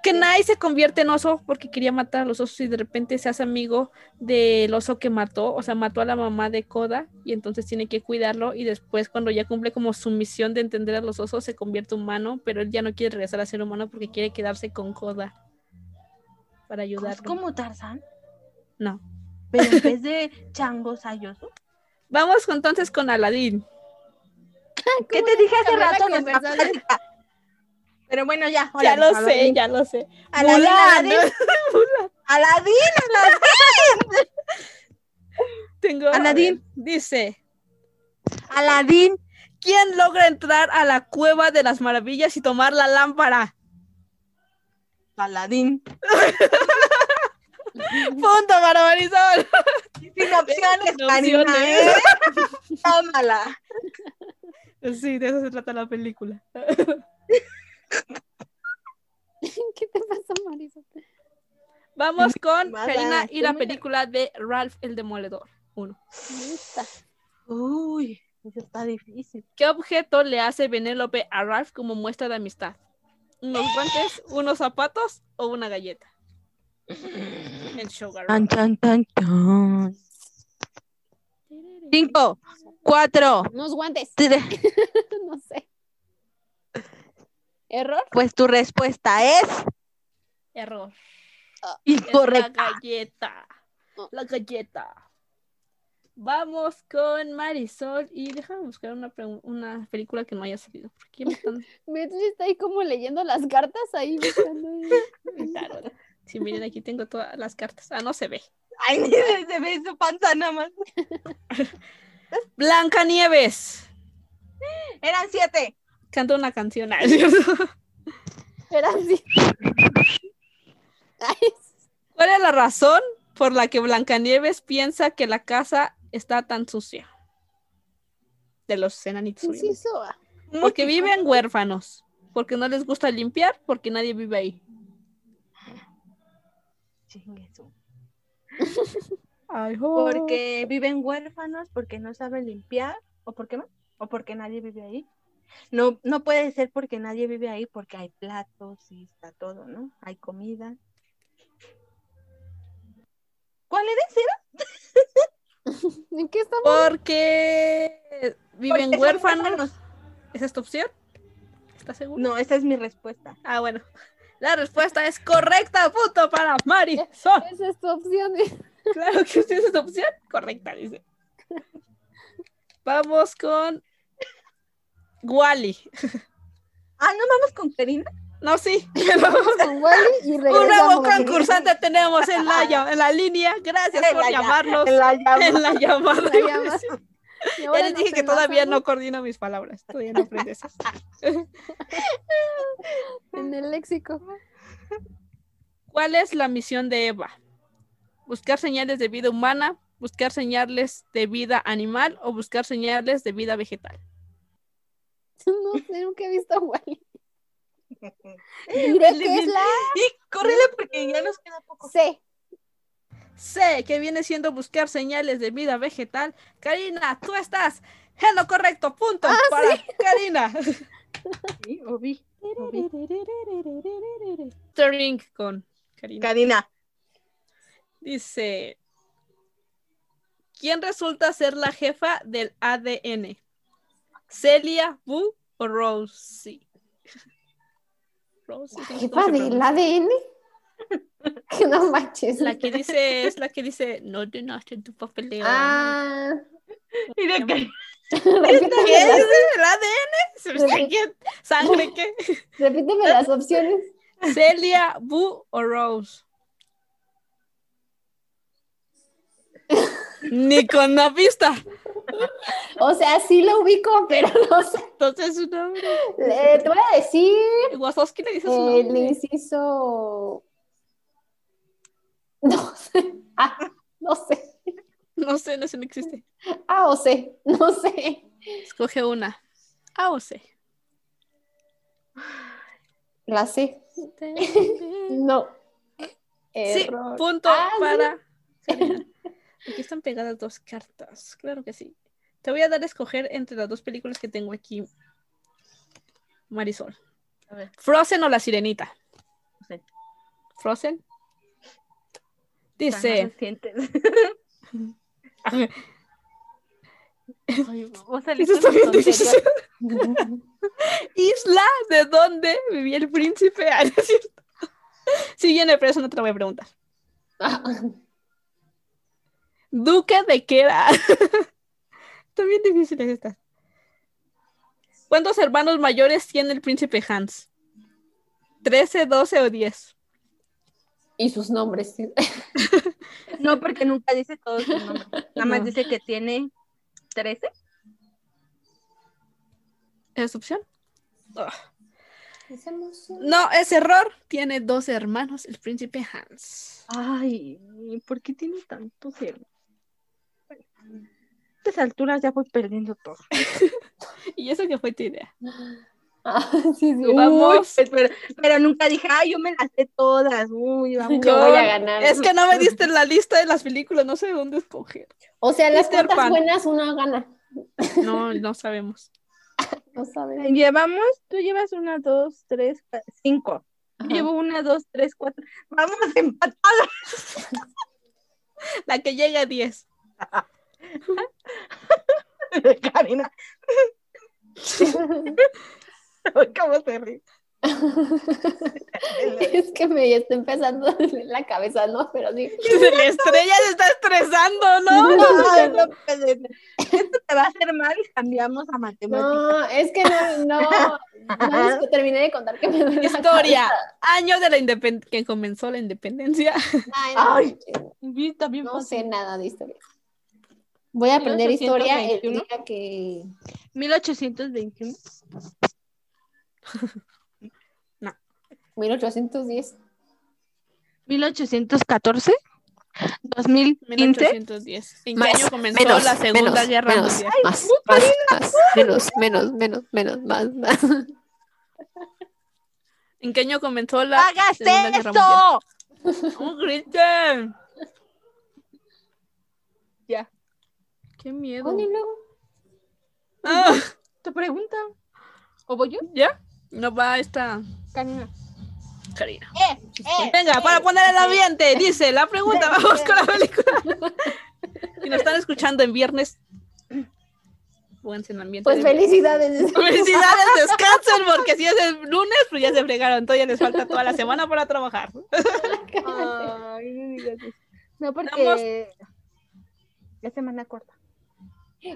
S2: Que Nai se convierte en oso porque quería matar a los osos y de repente se hace amigo del oso que mató. O sea, mató a la mamá de Koda y entonces tiene que cuidarlo. Y después, cuando ya cumple como su misión de entender a los osos, se convierte humano. Pero él ya no quiere regresar a ser humano porque quiere quedarse con Koda para
S3: ¿Es
S2: ayudarlo.
S3: Pues, como Tarzán?
S2: No.
S3: Pero (laughs) en vez de changos hay osos.
S2: Vamos entonces con Aladdin.
S3: ¿Qué te dije hace
S1: cambiar la
S3: rato? Nuestra
S1: conversación?
S3: plática. Pero bueno, ya.
S2: ya
S3: órale,
S2: lo sé,
S3: Aladín.
S2: ya lo sé.
S3: Aladín,
S2: Mulan,
S3: Aladín. Aladín, Aladín.
S2: Tengo. a
S3: Aladdin.
S2: ver, Dice.
S3: Aladín.
S2: ¿Quién logra entrar a la cueva de las maravillas y tomar la lámpara?
S3: Aladín.
S2: Punto para Marisol.
S3: Sin opciones,
S2: Sin
S3: Karina,
S2: opciones.
S3: ¿eh? (laughs) Tómala.
S2: Sí, de eso se trata la película.
S1: (laughs) ¿Qué te pasa, Marisol?
S2: Vamos con
S3: Nada,
S2: Karina y
S3: estoy
S2: la
S3: muy-
S2: película de Ralph el Demoledor. Uno.
S1: Lista.
S3: Uy, eso está difícil.
S2: ¿Qué objeto le hace Benélope a Ralph como muestra de amistad? ¿Unos guantes, unos zapatos o una galleta? El sugar.
S3: Tan, tan, tan, tan. Cinco, cuatro,
S1: Unos guantes.
S3: tres.
S1: No sé. ¿Error?
S3: Pues tu respuesta es
S2: Error. Es
S3: incorrecta.
S2: La galleta. La galleta. Vamos con Marisol y déjame buscar una, pregu- una película que no haya salido. ¿Por qué me están
S1: Beatriz está ahí como leyendo las cartas ahí buscando.
S2: el tarot? Si miren, aquí tengo todas las cartas. Ah, no se ve.
S3: Ay, (laughs) ni se, se ve su panza nada más.
S2: Blanca Nieves.
S3: Eran siete.
S2: Canta una canción. (laughs) Ah, es cierto.
S1: Era así. Ay,
S2: ¿Cuál es la razón por la que Blancanieves piensa que la casa está tan sucia? De los enanitos.
S1: Pues sí, sí,
S2: obviamente.
S1: soa.
S2: Porque viven huérfanos. Porque no les gusta limpiar, porque nadie vive ahí.
S3: Chingue su-
S2: Ay,
S3: Porque viven huérfanos, porque no saben limpiar, o por qué más, o porque nadie vive ahí. No, no puede ser porque nadie vive ahí, porque hay platos y está todo, ¿no? Hay comida. ¿Cuál eres? Era?
S1: ¿En qué estamos?
S2: Porque viven
S3: Porque son
S2: huérfanos. ¿Esa es tu opción? ¿Estás seguro?
S3: No, esa es mi respuesta.
S2: Ah, bueno. La respuesta es correcta, punto para Marisol.
S1: Esa es tu opción.
S2: Claro que usted es tu opción. Correcta, dice. Vamos con Wally.
S3: Ah, ¿no vamos con Karina?
S2: No, sí. (laughs) pero-
S1: Con Wally y
S2: Un
S1: regresamos.
S2: nuevo concursante tenemos en la, llam- en la línea. Gracias
S3: En
S2: por
S3: la llam-
S2: llamarnos.
S3: la llama.
S2: En la llamada.
S1: La llama. pues, Y ahora
S2: Ya les
S1: nos
S2: dije que todavía
S1: enlazamos
S2: no coordino mis palabras. Todavía no aprendes eso.
S1: En el léxico.
S2: ¿Cuál es la misión de Eva? ¿Buscar señales de vida humana, buscar señales de vida animal o buscar señales de vida vegetal?
S1: No sé, nunca he visto a Wally. Diré que es la
S3: Y (laughs) córrele porque ya nos queda poco.
S1: C.
S2: C, que viene siendo buscar señales de vida vegetal. Karina, tú estás en lo correcto. Punto para Karina.
S3: Sí, o vi. o vi.
S2: Turing con Karina.
S3: Karina.
S2: Dice, ¿quién resulta ser la jefa del ADN? ¿Celia, Boo o Rosie? Rosie, no sé
S1: ¿Qué
S2: cómo se
S1: padre? ¿El
S2: (laughs) pronuncia.
S1: ADN? que no manches.
S2: La que dice, es la que dice, no llenaste tu papeleo. (laughs)
S1: Ah,
S3: Y de que-
S1: repíteme,
S2: ¿Qué es
S1: las,
S2: el ADN? ¿Qué? ¿Sangre qué?
S1: repíteme las opciones.
S2: (laughs) ¿Celia, Boo o Rose? Ni con la pista.
S1: O sea, sí lo ubico, (laughs) pero no sé.
S2: Entonces su nombre.
S1: Le- te voy a decir
S2: Wazowski le dice su
S1: el
S2: nombre.
S1: inciso. No sé. Ah, no sé.
S2: No sé, no sé, no existe.
S1: Ah, o sé. No sé.
S2: Escoge una. A o C.
S1: La sé.
S2: Sí,
S1: (laughs) No. Error.
S2: punto
S1: Ah, sí.
S2: (laughs) para. Selena. Aquí están pegadas dos cartas. Claro que sí. Te voy a dar a escoger entre las dos películas que tengo aquí. Marisol.
S3: A ver.
S2: Frozen o La Sirenita.
S3: Frozen.
S2: Frozen. (laughs) Dice. Eso está bien difícil. (laughs) Isla de donde vivía el príncipe. (laughs) Ah, no es cierto. Si viene, pero eso no te lo voy a preguntar.
S1: (laughs) Ah,
S2: Duque de Queda. (laughs) También difíciles estas. ¿Cuántos hermanos mayores tiene el príncipe Hans? ¿13, 12 o 10?
S1: y sus nombres. sí.
S3: No, porque nunca dice todos sus nombres. Nada más
S2: No.
S3: dice que tiene 13.
S2: ¿Es opción? Ugh. No, es error. Tiene 12 hermanos el príncipe Hans.
S3: Ay, ¿por qué tiene tantos hermanos? Bueno, a estas alturas ya voy perdiendo todo.
S2: Y eso que fue tu idea.
S1: Ah, (laughs) sí, pues, sí.
S2: Vamos.
S3: Uy, pero, pero nunca dije, ay, yo me las sé todas. Uy, vamos.
S1: Yo voy a ganar.
S2: Es que no me diste la lista de las películas, no sé de dónde escoger.
S1: O sea, las
S2: Peter
S1: cuentas
S2: Pan.
S1: buenas uno gana.
S2: No, no sabemos.
S1: No sabes.
S3: Llevamos, tú llevas una, dos, tres, cua- cinco. Yo Llevo una, dos, tres, cuatro. Vamos empatados.
S2: La que llega a 10.
S3: (laughs) Karina, ¿cómo se ríe?
S2: (laughs)
S1: (laughs) es que me está empezando a doler la cabeza, ¿no? Pero sí.
S2: (laughs) La estrella se está estresando, ¿no?
S3: Ay, no puede ser. Esto te va a hacer mal y cambiamos a matemáticas.
S1: No, es que no, no, no es que terminé de contar que me duele la
S2: Historia.
S1: cabeza.
S2: Año de la independencia, que comenzó la independencia.
S1: Ay,
S3: Ay.
S1: no,
S3: Vi también
S1: no
S3: fácil.
S1: sé nada de historia. Voy a aprender historia el día que
S3: 1821.
S1: 1810.
S3: 1814. 2015.
S2: 1810. ¿En
S1: Más,
S2: qué año comenzó la Segunda
S1: menos,
S2: Guerra
S1: menos,
S2: Mundial?
S1: Más, más, más, menos, menos, menos, menos, más, más.
S2: ¿En qué año comenzó la
S3: ¡Pagaste
S2: Segunda Guerra Mundial?
S3: esto!
S2: (laughs) ¡Oh, Christian! Ya. ¡Qué miedo!
S1: Bueno, y luego, Eh.
S2: Ah,
S3: Te pregunta. ¿O voy yo?
S2: ¿Ya? No va esta
S3: (laughs) Karina.
S2: Karina.
S3: Eh,
S2: Venga, para poner
S1: eh,
S2: el ambiente, dice la pregunta, vamos con la película. (laughs) Si nos están escuchando en viernes, pónganse en ambiente.
S1: Pues
S2: de-
S1: (laughs) felicidades.
S2: Felicidades, descansen, porque si es el lunes, pues ya se fregaron, todavía les falta toda la semana para trabajar.
S3: Ay, no digas eso. No, porque la semana corta.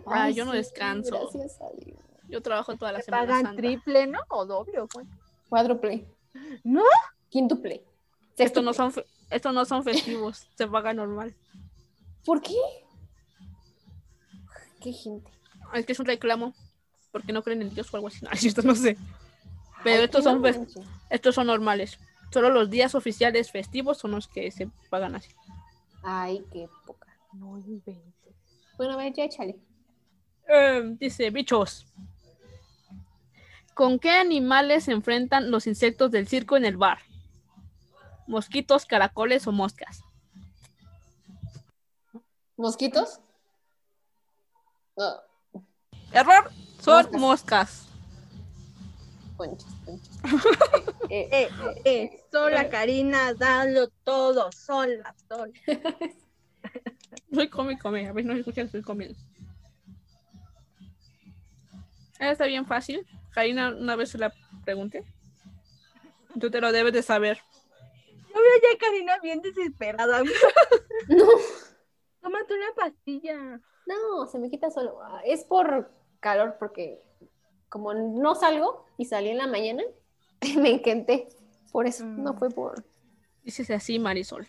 S2: Ah, yo no descanso.
S1: Gracias a Dios.
S2: Yo trabajo toda la
S3: Te
S2: semana.
S3: pagan
S2: santa.
S3: triple, ¿no? O doble, o cuánto.
S1: Cuádruple.
S3: ¿No?
S1: Quíntuple.
S2: Esto
S1: Sextuple.
S2: no son fe- estos no (laughs) son festivos, se paga normal.
S1: ¿Por qué? Qué gente.
S2: Es que es un reclamo, porque no creen en Dios o algo así. (laughs) No, es cierto, no sé. Pero
S1: Ay,
S2: estos
S1: qué
S2: son
S1: no
S2: fes-
S1: manches.
S2: Estos son normales. Solo los días oficiales festivos son los que se pagan así.
S1: Ay, qué poca.
S3: No inventes.
S1: Bueno, a ver, ya échale.
S2: Eh, dice, bichos. ¿Con qué animales se enfrentan los insectos del circo en el bar? ¿Mosquitos, caracoles o moscas?
S1: (laughs) ¿Mosquitos? Oh, No,
S2: Error, son
S1: Moscas.
S2: moscas.
S1: conchas, (laughs) conchas.
S3: Eh, eh, eh, sola, Karina, dalo todo, sola, sola.
S2: Soy come, come. A ver, no me escuchan, soy comiendo. Ah, Está bien fácil. Karina, una vez se la pregunté. Tú te lo debes de saber.
S3: Yo veo ya Karina
S2: (laughs)
S3: bien desesperada.
S1: No,
S3: Tómate una pastilla.
S1: no, se me quita solo. Ah, Es por calor, porque como no salgo y salí en la mañana, (laughs) me encanté. Por eso,
S3: Mm.
S1: no fue por. (laughs)
S2: Dices así, Marisol.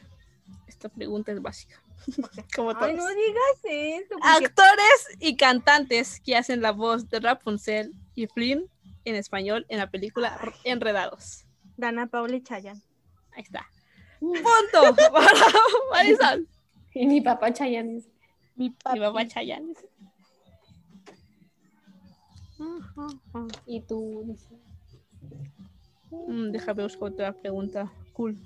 S2: Esta pregunta es básica. (laughs) Como
S3: Ay, no
S2: todas.
S3: digas eso.
S2: Ah,
S3: porque-
S2: Actores y cantantes que hacen la voz de Rapunzel y Flynn en español en la película Enredados.
S3: Dana Paula y Chayanne.
S2: Ahí
S3: (laughs)
S2: está. Punto (laughs) para Marisol.
S1: Y mi papá Chayanne dice,
S2: Mi,
S4: papi.
S2: mi papá Chayanne.
S1: Y tú dices,
S2: Mm, déjame buscar otra pregunta. Cool.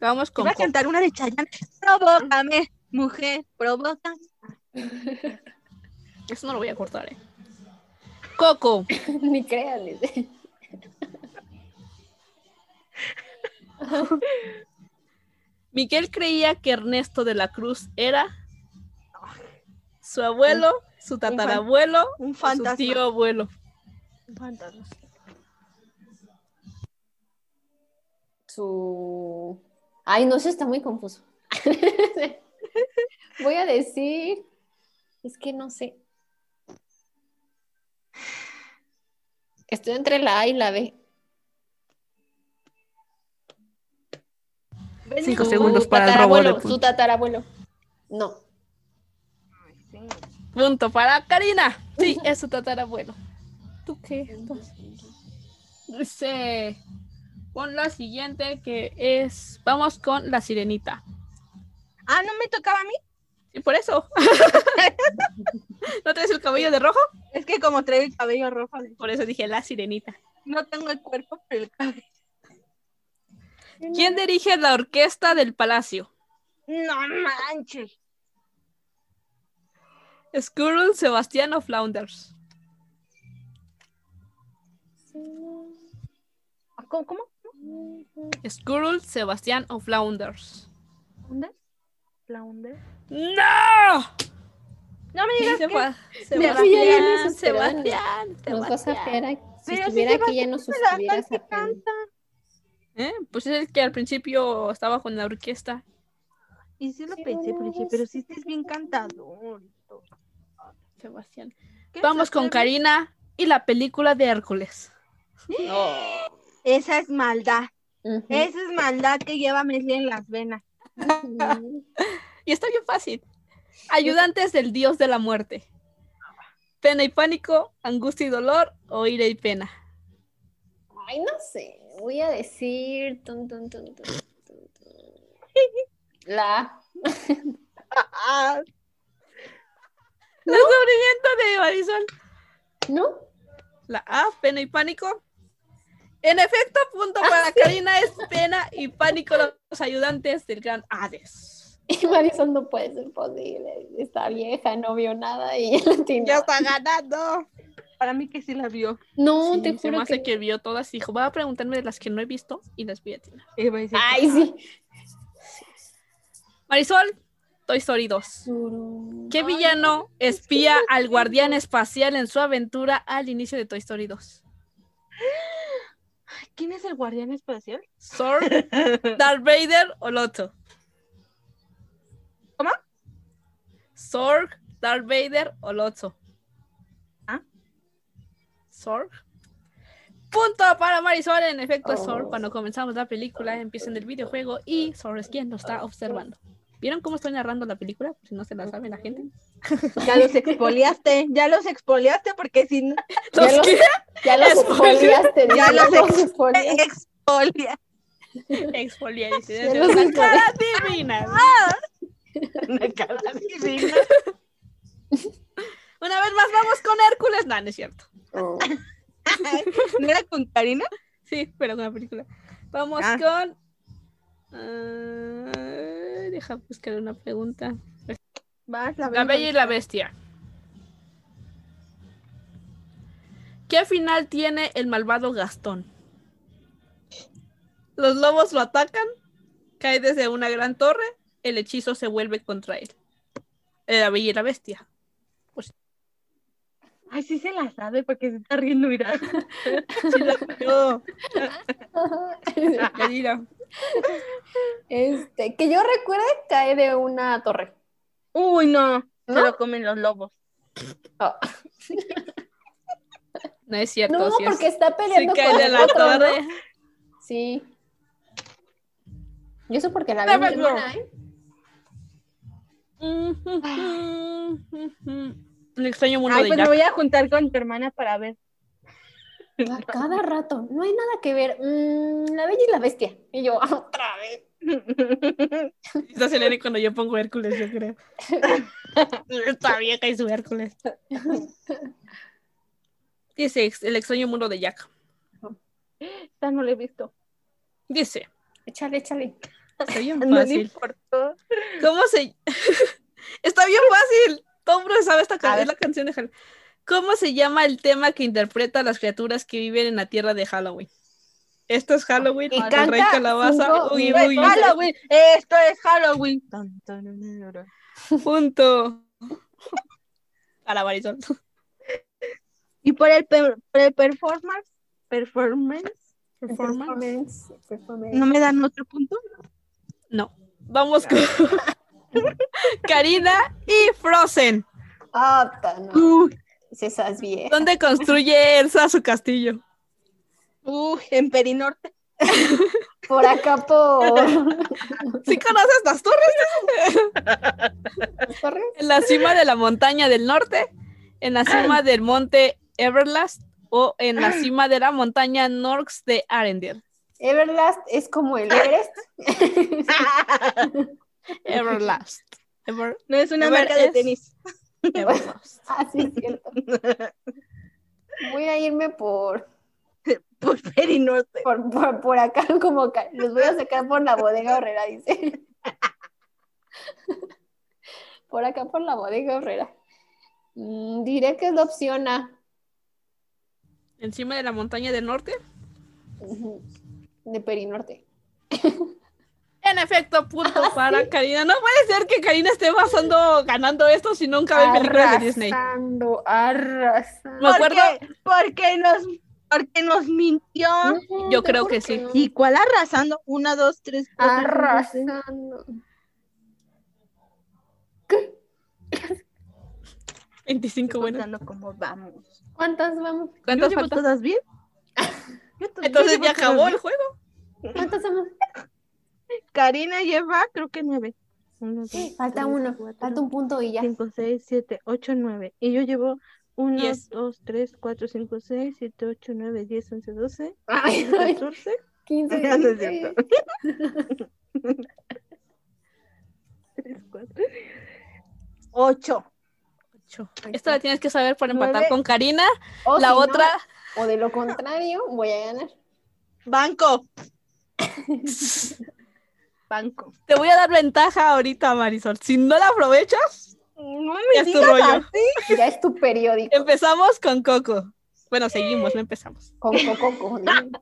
S2: Vamos
S3: Te
S2: con
S3: voy a
S2: Coco.
S3: cantar una de Chayanne. Provócame, mujer, provoca.
S2: Eso no lo voy a cortar, eh. Coco,
S1: (laughs) ni crean. dice.
S2: Miguel creía que Ernesto de la Cruz era su abuelo, su tatarabuelo,
S3: Un
S2: o su
S3: fantasma.
S2: tío abuelo.
S3: Un fantasma.
S1: Su. Ay, no, eso está muy confuso. (laughs) Voy a decir. Es que no sé. Estoy entre la A y la B.
S3: Ven
S2: Cinco
S3: y-
S2: segundos. para el
S1: tatarabuelo,
S2: robo de puntos.
S1: Su tatarabuelo. No.
S3: Ay, sí.
S2: Punto para Karina. Sí, es su tatarabuelo. ¿Tú qué? Dice, pon la siguiente que es, vamos con la sirenita.
S3: Ah, ¿no me tocaba a mí?
S2: Y por eso. (laughs) ¿No traes el cabello de rojo?
S3: Es que como traigo el cabello rojo,
S2: Por eso dije la sirenita.
S3: no tengo el cuerpo, pero el cabello.
S2: ¿Quién dirige la orquesta del palacio?
S3: No manches.
S2: Squirrel Sebastiano Flounders.
S3: Ah, ¿Cómo? ¿Cómo?
S2: Squirrel Sebastián o Flounders.
S3: ¿Flounder? ¿Flounder?
S2: ¡No!
S3: No me digas que
S2: Seba-
S1: Me fui ya bien
S2: Sebastián,
S1: desesperada.
S2: Sebastián,
S1: Nos vas a
S2: Sebastián.
S1: hacer aquí. Si
S3: Pero si
S1: estuviera aquí ya nos
S3: me la
S1: estuvieras
S3: que
S1: aprendiendo.
S3: canta.
S2: ¿Eh? Pues es el que al principio estaba con la orquesta.
S3: Y sí lo
S1: Sí,
S3: pensé, pero
S1: una
S3: dije,
S1: vez.
S3: pero si estás bien cantador. y todo.
S2: Sebastián.
S3: ¿Qué
S2: Vamos
S3: es
S2: con
S3: otra vez?
S2: Karina y la película de Hércules.
S3: Esa es maldad.
S1: Ujú.
S3: Esa es maldad que lleva Mesli en las venas.
S1: Ujú.
S2: Y está bien fácil. Ayudantes del dios de la muerte. Pena y pánico, angustia y dolor o ira y pena.
S1: Ay, no sé. Voy a decir. tun, tun, tun, tun, tun, tun. La A.
S3: Ah,
S2: Descubrimiento de Marisol.
S1: ¿No? (laughs)
S2: La A, pena y pánico. En efecto, punto para Karina es pena y pánico los ayudantes del gran Hades.
S1: Y Marisol no puede ser posible. Está vieja, no vio nada y (laughs) ya la tiene.
S2: está ganando.
S3: para mí que sí la vio.
S1: No,
S2: Sí,
S1: te
S2: se me
S1: juro
S2: hace
S1: que... (laughs)
S2: que... vio todas y dijo, va a preguntarme de las que no he visto y las voy a tirar.
S3: Iba a decir,
S1: Ay, sí.
S2: Marisol, Toy Story 2. ¿Qué
S1: (laughs)
S2: villano espía al guardián espacial en su aventura al inicio de Toy Story 2?
S3: ¿Quién es el guardián espacial?
S2: ¿Sor, Darth Vader o Lotto?
S3: ¿Cómo?
S2: ¿Sorg, Darth Vader o Lotto?
S3: ¿Ah?
S2: ¿Sorg? Punto para Marisol. En efecto, es Sorg.
S1: Oh.
S2: Cuando comenzamos la película, empieza en el videojuego y Sorg es quien lo está observando. ¿Vieron cómo estoy narrando la película? Si no se la sabe la gente.
S3: Ya
S2: (laughs)
S3: los expoliaste, ya los expoliaste porque si no,
S1: Ya
S2: Los
S1: lo-
S2: (laughs) que-
S1: Ya los
S2: Spoiler.
S1: exfoliaste.
S3: Ya
S1: dice,
S3: los ex-
S1: exfoliaste.
S2: (laughs)
S3: expolia.
S2: Exfolia
S1: Ya los
S2: dice.
S1: exfoliaste.
S2: ¡Ah, divina! Una vez más, vamos con Hércules. No, no es cierto.
S1: Oh.
S3: ¿No era con Karina?
S2: Sí, pero con la película. Vamos
S3: Ah.
S2: con. ah, deja buscar una pregunta.
S3: Vas, la,
S2: La Bella y la Bestia. ¿Qué final tiene el malvado Gastón? Los lobos lo atacan, cae desde una gran torre, el hechizo se vuelve contra él. Eh, La Bella y la Bestia.
S3: Ay, sí se la sabe porque se está riendo, mira.
S2: (laughs) Sí, la- no,
S1: Ay,
S2: Karina.
S1: (laughs) Este, que yo recuerde, cae de una torre.
S3: Uy, no,
S1: ¿No?
S3: se lo comen los lobos.
S2: No es cierto.
S1: No,
S2: sí es-
S1: porque está
S2: sí
S1: peleando
S2: cae
S1: con
S2: de
S1: el
S2: la
S1: otro, ¿no?
S2: torre.
S1: Sí. Y eso porque la
S2: Never
S1: vi muy
S2: know.
S1: buena, ¿eh?
S2: El extraño mundo
S3: Ay,
S2: de
S3: pues me
S2: Jack.
S3: voy a juntar con tu hermana para ver.
S1: A cada rato. No hay nada que ver. Mm, la bella y la bestia. Y yo, ah, otra vez.
S2: Está Selene cuando yo pongo Hércules, yo
S3: (laughs)
S2: creo. Está vieja y su Hércules. Dice ex- el extraño mundo de Jack.
S3: Esta no la he visto.
S2: Dice,
S1: Échale, échale.
S2: está bien
S3: No le
S2: fácil.
S3: importó.
S2: ¿Cómo se (laughs) Está bien fácil. Todo el mundo sabe esta
S3: A
S2: canción.
S3: ver.
S2: Es la canción de Halloween. ¿Cómo se llama el tema que interpreta a las criaturas que viven en la tierra de Halloween? Esto es Halloween.
S1: Y
S2: el
S1: canta
S2: rey calabaza.
S1: cinco
S2: Uy,
S3: Esto
S2: uy,
S3: es Halloween. Esto es Halloween. Tan, tan, tan, tan.
S2: punto. A la Marisol.
S3: Y por el, per- por el performance, performance,
S1: Performance. Performance.
S3: ¿no me dan otro punto?
S2: No. Vamos con (laughs) Karina y Frozen.
S1: Ah, ta, no.
S3: Uy,
S1: Si esas bien.
S2: ¿Dónde construye Elsa su castillo?
S3: uy, en Perinorte.
S1: Por acá, por.
S2: ¿Sí conoces las torres?
S1: ¿Las torres?
S2: En la cima de la montaña del norte, en la cima del monte Everlast o en la cima de la montaña Norx de Arendelle.
S1: Everlast es como el Everest.
S2: Everlast. Ever-
S3: No es una
S2: A ver,
S3: marca de
S2: es-
S3: tenis. (laughs)
S2: Everlast.
S1: (laughs) Ah, sí, es cierto. Voy a irme por,
S3: Por Perinorte.
S1: por, por, por acá, como ca- los voy a sacar por la bodega horrera, dice. (laughs) Por acá, por la bodega horrera. Mm, diré que es la opción A.
S2: Encima de la montaña del norte.
S1: Ujú. De Perinorte.
S2: En efecto, punto para Karina. No puede ser que Karina esté basando, ganando esto si nunca ve películas de Disney.
S1: Arrasando, arrasando.
S2: Me acuerdo,
S3: Porque, porque nos, porque nos mintió.
S2: yo creo que sí.
S3: ¿Y cuál arrasando? Una, dos, tres, cuatro. cinco, seis.
S1: Arrasando.
S2: 25
S3: Estoy
S2: buenas.
S3: contando cómo vamos.
S1: ¿Cuántas vamos?
S3: ¿Yo
S2: ¿Cuántas
S3: llevo
S2: faltan?
S3: todas bien? Yo to-
S2: (laughs)
S3: yo
S2: Entonces
S3: llevo
S2: ya
S3: todas
S2: acabó
S3: bien.
S2: el juego.
S1: ¿Cuántas vamos?
S3: Karina lleva, creo que nueve. Uno, dos,
S1: Falta
S3: tres,
S1: uno,
S3: cuatro,
S1: falta un punto y ya.
S3: 5, 6, 7, 8, 9. Y yo llevo 1,
S2: Diez.
S3: 2, 3, 4, 5, 6, 7, 8, 9, 10, 11, 12,
S1: (laughs) Ay,
S3: (laughs)
S1: ay,
S3: 14. (laughs)
S1: 15,
S3: No es
S1: 16.
S3: cierto. (laughs) 3, 4, 8.
S2: Ocho. Esta la tienes que saber para empatar
S3: Nueve.
S2: con Karina.
S1: O
S2: la
S1: si no,
S2: otra, (laughs)
S1: o de lo contrario, voy a ganar.
S3: Banco. Banco.
S2: te voy a dar ventaja ahorita, Marisol. Si no la aprovechas,
S3: No
S2: Es tu rollo.
S3: así.
S1: Ya es tu periódico.
S2: (laughs) empezamos con Coco. Bueno, seguimos, no empezamos.
S1: Con coco, con.
S3: (laughs)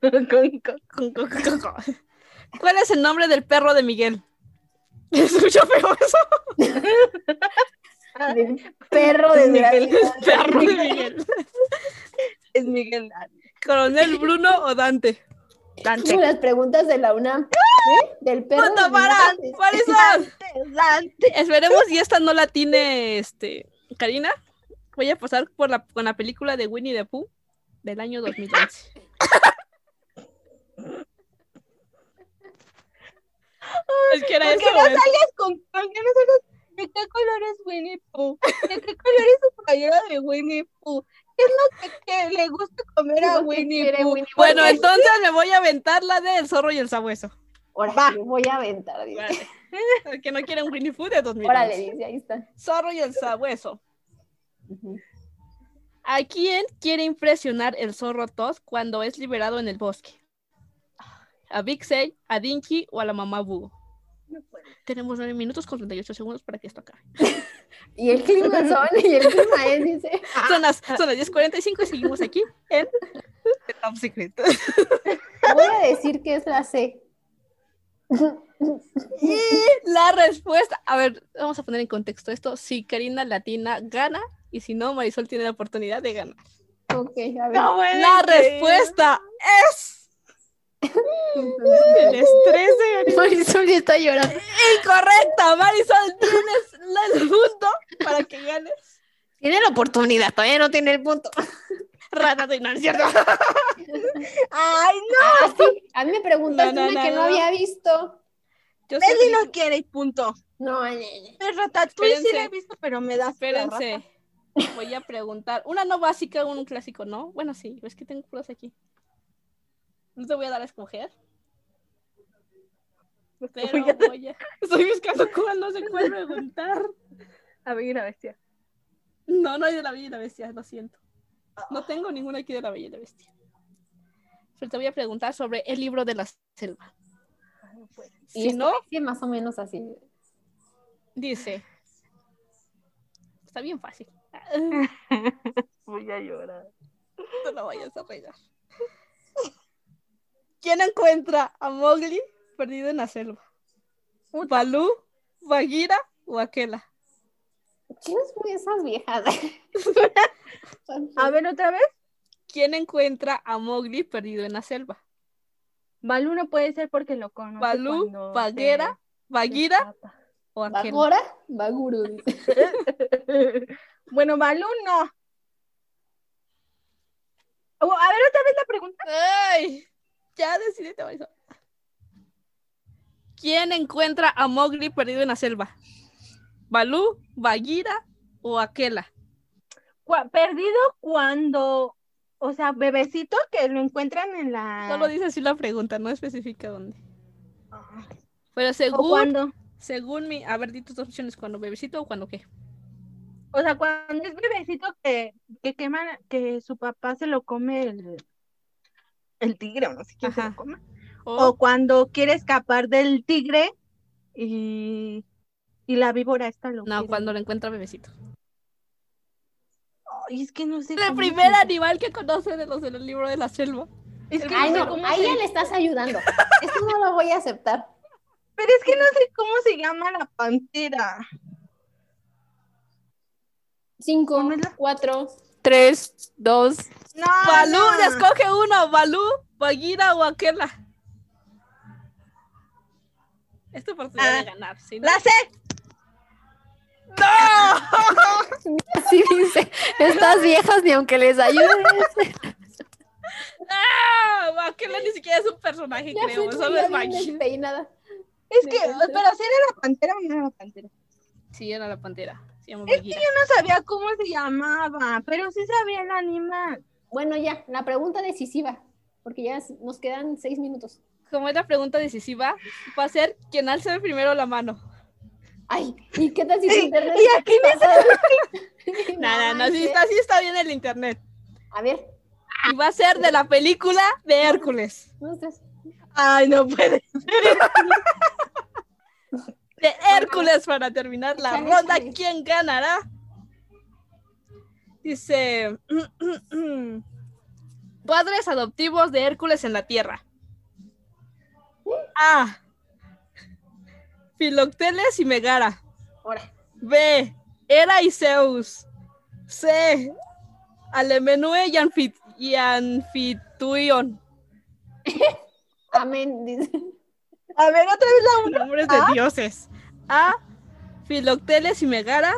S3: Con-
S2: Con
S3: con-
S2: Coco, Coco. ¿Cuál es el nombre del perro de Miguel? (laughs) Escucho feo (laughs) eso.
S1: del perro de Miguel.
S2: Perro
S1: (laughs)
S2: de Miguel.
S3: Es Miguel
S2: ¿Coronel Bruno o Dante?
S3: Dante.
S1: Como las preguntas de la UNAM. ¿eh? Del perro.
S2: ¡Punto
S1: de
S2: para
S1: Miguel.
S2: Marisol!
S3: Dante.
S2: Esperemos y esta no la tiene este, Karina. Voy a pasar por la, con la película de Winnie the Pooh del año 2011. es que era
S3: ¿Por
S2: eso.
S3: qué no
S2: güey.
S3: salgas con por qué no salgas? ¿De qué color es Winnie Pooh? ¿De qué color es su playera de Winnie Pooh? ¿Qué es lo que, que le gusta comer a
S1: Lo que
S3: Winnie
S1: quiere
S3: Pooh?
S1: Winnie
S2: Bueno,
S1: Pooh.
S2: entonces me voy a aventar la del zorro y el sabueso.
S1: Ahora
S3: Va.
S1: sí, lo voy a aventar. dice.
S2: (laughs) Vale. El que no quiere un Winnie Pooh de 2011.
S1: Órale, dice, ahí está.
S2: Zorro y el sabueso.
S1: Ujú.
S2: ¿A quién quiere impresionar el zorro Todd cuando es liberado en el bosque? ¿A Vixey, a Dinky o a la mamá Boo? Tenemos 9 minutos con 38 segundos para que esto acabe.
S1: Y el clima son, y el clima es, dice.
S2: Son las, son las 10.45 y seguimos aquí en The (laughs) Top Secret.
S1: Voy a decir que es la C.
S2: Y la respuesta, a ver, vamos a poner en contexto esto. Si Karina Latina gana y si no, Marisol tiene la oportunidad de ganar.
S1: Ok, a ver.
S3: No, bueno,
S2: La
S3: sí.
S2: respuesta es El estrés
S1: (laughs)
S2: de
S1: Marisol ya está llorando.
S2: Incorrecta, Marisol, tienes el punto para que ganes.
S1: Tiene la oportunidad, todavía no tiene el punto.
S2: Rata de no es cierto.
S3: Ay,
S5: Ah, sí. A mí me preguntaste
S2: No, no,
S5: una que
S2: no,
S5: no,
S2: no.
S5: había visto.
S2: Yo
S3: no, Leslie
S2: siempre
S3: no quiere y punto.
S5: No, no, no.
S3: El ratatouille sí la
S2: Espérense.
S3: he visto, pero me da cera, rata.
S2: Espérense. (laughs) Voy a preguntar. Una no básica, un clásico, ¿no? Bueno, sí, es que tengo puras aquí. No te voy a dar a escoger. Pero
S3: voy a
S2: voy a... (laughs) Estoy buscando cuál, no sé cuál preguntar.
S3: A ver, a bestia.
S2: No, no hay de la Bella y la Bestia, lo siento. No tengo ninguna aquí de la Bella y la Bestia. Pero te voy a preguntar sobre el libro de la selva.
S5: Y
S2: Si
S5: esto
S2: no,
S5: dice más o menos así.
S2: dice. Está bien fácil.
S3: Voy a llorar.
S2: No lo vayas a regar. ¿Quién encuentra a Mowgli perdido en la selva? ¿Balú, Bagheera o Akela?
S5: ¿Quiénes son esas viejas?
S3: A ver, otra vez.
S2: ¿Quién encuentra a Mowgli perdido en la selva?
S3: Balú no puede ser porque lo conoce.
S2: Balú,
S3: cuando se
S2: Bagheera, ¿Bagheera
S3: escapa.
S2: o Akela?
S5: Bagora, Baguru. dice.
S3: (laughs) bueno, Balú no. Oh, a ver, otra vez la pregunta.
S2: ¡Ay! Ya decidete, Marisol. ¿Quién encuentra a Mowgli perdido en la selva? ¿Balú, Bagheera o Akela?
S3: Cu- Perdido cuando, o sea, bebecito que lo encuentran en la.
S2: Solo dice así la pregunta, no especifica dónde.
S3: Ah.
S2: Pero
S3: o
S2: según
S3: cuando,
S2: Según mi, a ver, di tus dos opciones, cuando bebecito o cuando qué.
S3: o sea, cuando es bebecito que, que queman, que su papá se lo come el, el tigre o no sé quién se
S2: Ajá.
S3: lo coma.
S2: O
S3: O cuando quiere escapar del tigre y, y la víbora esta lo
S2: no,
S3: quiere.
S2: cuando lo encuentra bebecito.
S3: Ay, es que no sé.
S2: El
S3: cómo
S2: primer
S3: se-
S2: animal que conoce de los del libro de la selva.
S3: Es que
S5: Ay,
S3: no sé
S5: no,
S3: cómo
S5: a
S3: se-
S5: ella le estás ayudando. Esto no lo voy a aceptar.
S3: Pero es que no sé cómo se llama la pantera.
S5: Cinco,
S3: ¿Cómo es la-
S5: cuatro.
S1: Tres, dos.
S3: No.
S2: Balú,
S3: no.
S2: escoge uno, Balú, Bagheera o Akela. Es tu oportunidad de ganar, ¿sí? no?
S3: La sé.
S1: Sí, dice. Estas viejas, ni aunque les ayude.
S2: ¡Ah! Akela ni siquiera es un personaje,
S5: Ya
S2: creo.
S5: fui
S2: Solo
S5: ya
S2: es
S5: bien
S2: Bagheera.
S5: despeinada.
S3: Es
S2: Me
S3: que,
S2: encanta.
S3: pero si era la pantera o no era la pantera.
S2: Sí, era la pantera. Se llama
S3: Es que
S2: Bagheera.
S3: No sabía cómo se llamaba, pero sí sabía el animal.
S5: Bueno, ya, la pregunta decisiva, porque ya s- nos quedan seis minutos.
S2: Como es la pregunta decisiva, va a ser quien alce primero la mano.
S5: Ay, ¿y qué tal si
S3: Sí,
S5: su internet?
S3: y aquí me
S5: (laughs) No
S2: Nada, no, sí
S5: manches.
S2: está, sí está bien el internet.
S5: A ver,
S2: Y va a ser de la película de Hércules.
S5: no sé.
S3: Ay, no puede.
S2: De Hércules para terminar la
S5: Échale,
S2: ronda.
S5: échale.
S2: ¿Quién ganará? Dice... (clears throat) Padres adoptivos de Hércules en la Tierra. A. Filocteles y Megara.
S5: Ahora,
S2: B. Hera y Zeus. C. Alemenue y, Anfit y Anfituion.
S5: amén, dice.
S3: A ver, otra vez la una.
S2: Nombres de dioses. A. Filocteles y Megara.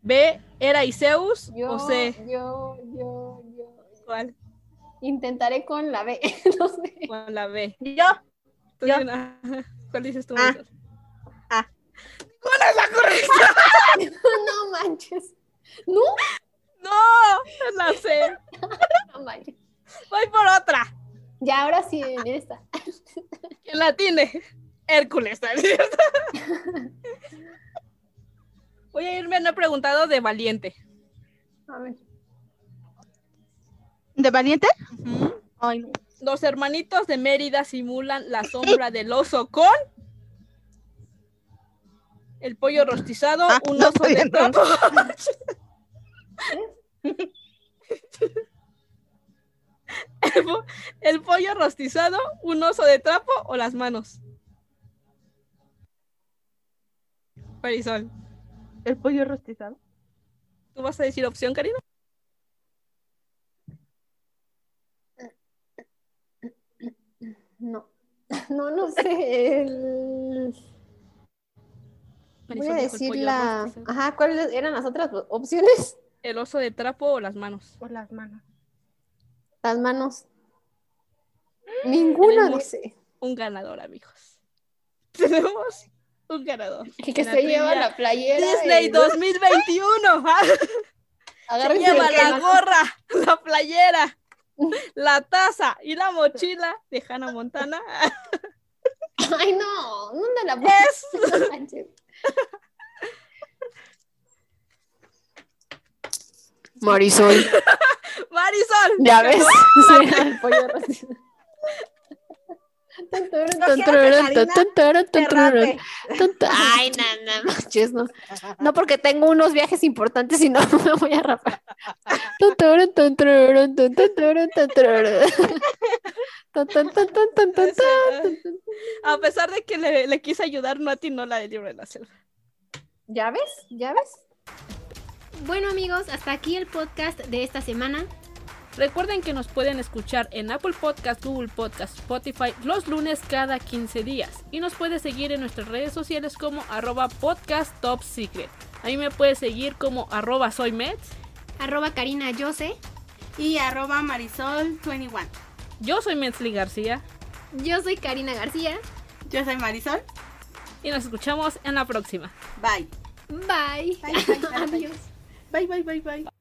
S2: B. Hera y Zeus.
S5: Yo,
S2: O C.
S5: yo, yo, yo.
S2: ¿Cuál?
S5: Intentaré con la B, (laughs) no sé.
S2: Con la B.
S3: Yo.
S2: Tú
S3: Yo.
S2: di una- ¿Cuál dices tú?
S3: Ah.
S2: Marisol?
S3: Ah.
S2: ¿Cuál es la correcta?
S5: No manches. No,
S2: ¡No! es La C.
S5: no manches.
S2: Voy por otra.
S5: Ya, ahora sí, en esta.
S2: ¿Quién la tiene? Hércules. ¿no es cierto? (laughs) Voy a irme, no he preguntado de valiente.
S5: A ver.
S3: ¿De valiente? Ay, no.
S2: Los hermanitos de Mérida simulan la sombra del oso con el pollo rostizado,
S3: Ah,
S2: un
S3: no
S2: oso
S3: estoy
S2: de
S3: viendo.
S2: trapo. El po- (laughs) El pollo rostizado, un oso de trapo o las manos. Marisol,
S3: El pollo rostizado.
S2: ¿tú vas a decir opción, cariño?
S5: No, no, no sé. el- Voy
S2: Marisol
S5: a
S2: dijo el
S5: decir
S2: pollo
S5: la...
S2: arroz, quizá.
S5: Ajá, ¿cuáles eran las otras opciones?
S2: El oso de trapo o las manos.
S3: Por las manos.
S5: Las manos. Ninguna
S2: Tenemos-
S5: dice.
S2: Un ganador, amigos. (laughs) Tenemos un ganador.
S5: El que
S2: La
S5: se lleva
S2: trivia.
S5: la playera.
S2: Disney
S5: el-
S2: 2021. (laughs) ¿ah? Se
S5: Agárrense
S2: lleva
S5: el-
S2: la gorra, la playera, la taza y la mochila de Hannah Montana. (laughs)
S5: Ay, no, ¿dónde la puse?
S2: Es
S5: No manches.
S1: Marisol,
S2: Marisol.
S1: ya ves.
S5: El pollo rosa. Tontorón,
S3: Quiero que Karina te rate.
S1: Ay, nada, (laughs) manches, no. No, porque tengo unos viajes importantes y no (laughs) me voy a rapar. Tunturun, tunturun, tun, tunturun, tunturun. Tun, tun, tun, tun, tun, tun, tun.
S2: A pesar de que le, le quise ayudar, no atinó la del libro de la selva.
S5: ¿Ya ves? ¿Ya ves?
S6: Bueno amigos, hasta aquí el podcast de esta semana.
S2: Recuerden que nos pueden escuchar en Apple Podcast, Google Podcast, Spotify los lunes cada 15 días. Y nos puedes seguir en nuestras redes sociales como arroba podcast top secret. A mí me puedes seguir como arroba soy Mets.
S6: Arroba Karina Yose.
S3: Y arroba Marisol21.
S2: Yo soy Metzli García
S6: Yo soy Karina García.
S3: Yo soy Marisol.
S2: y nos escuchamos en la próxima.
S3: Bye.
S6: Bye.
S3: Bye, bye, bye,
S6: (laughs)
S3: bye.
S6: Adiós.
S3: Bye, bye, bye, bye.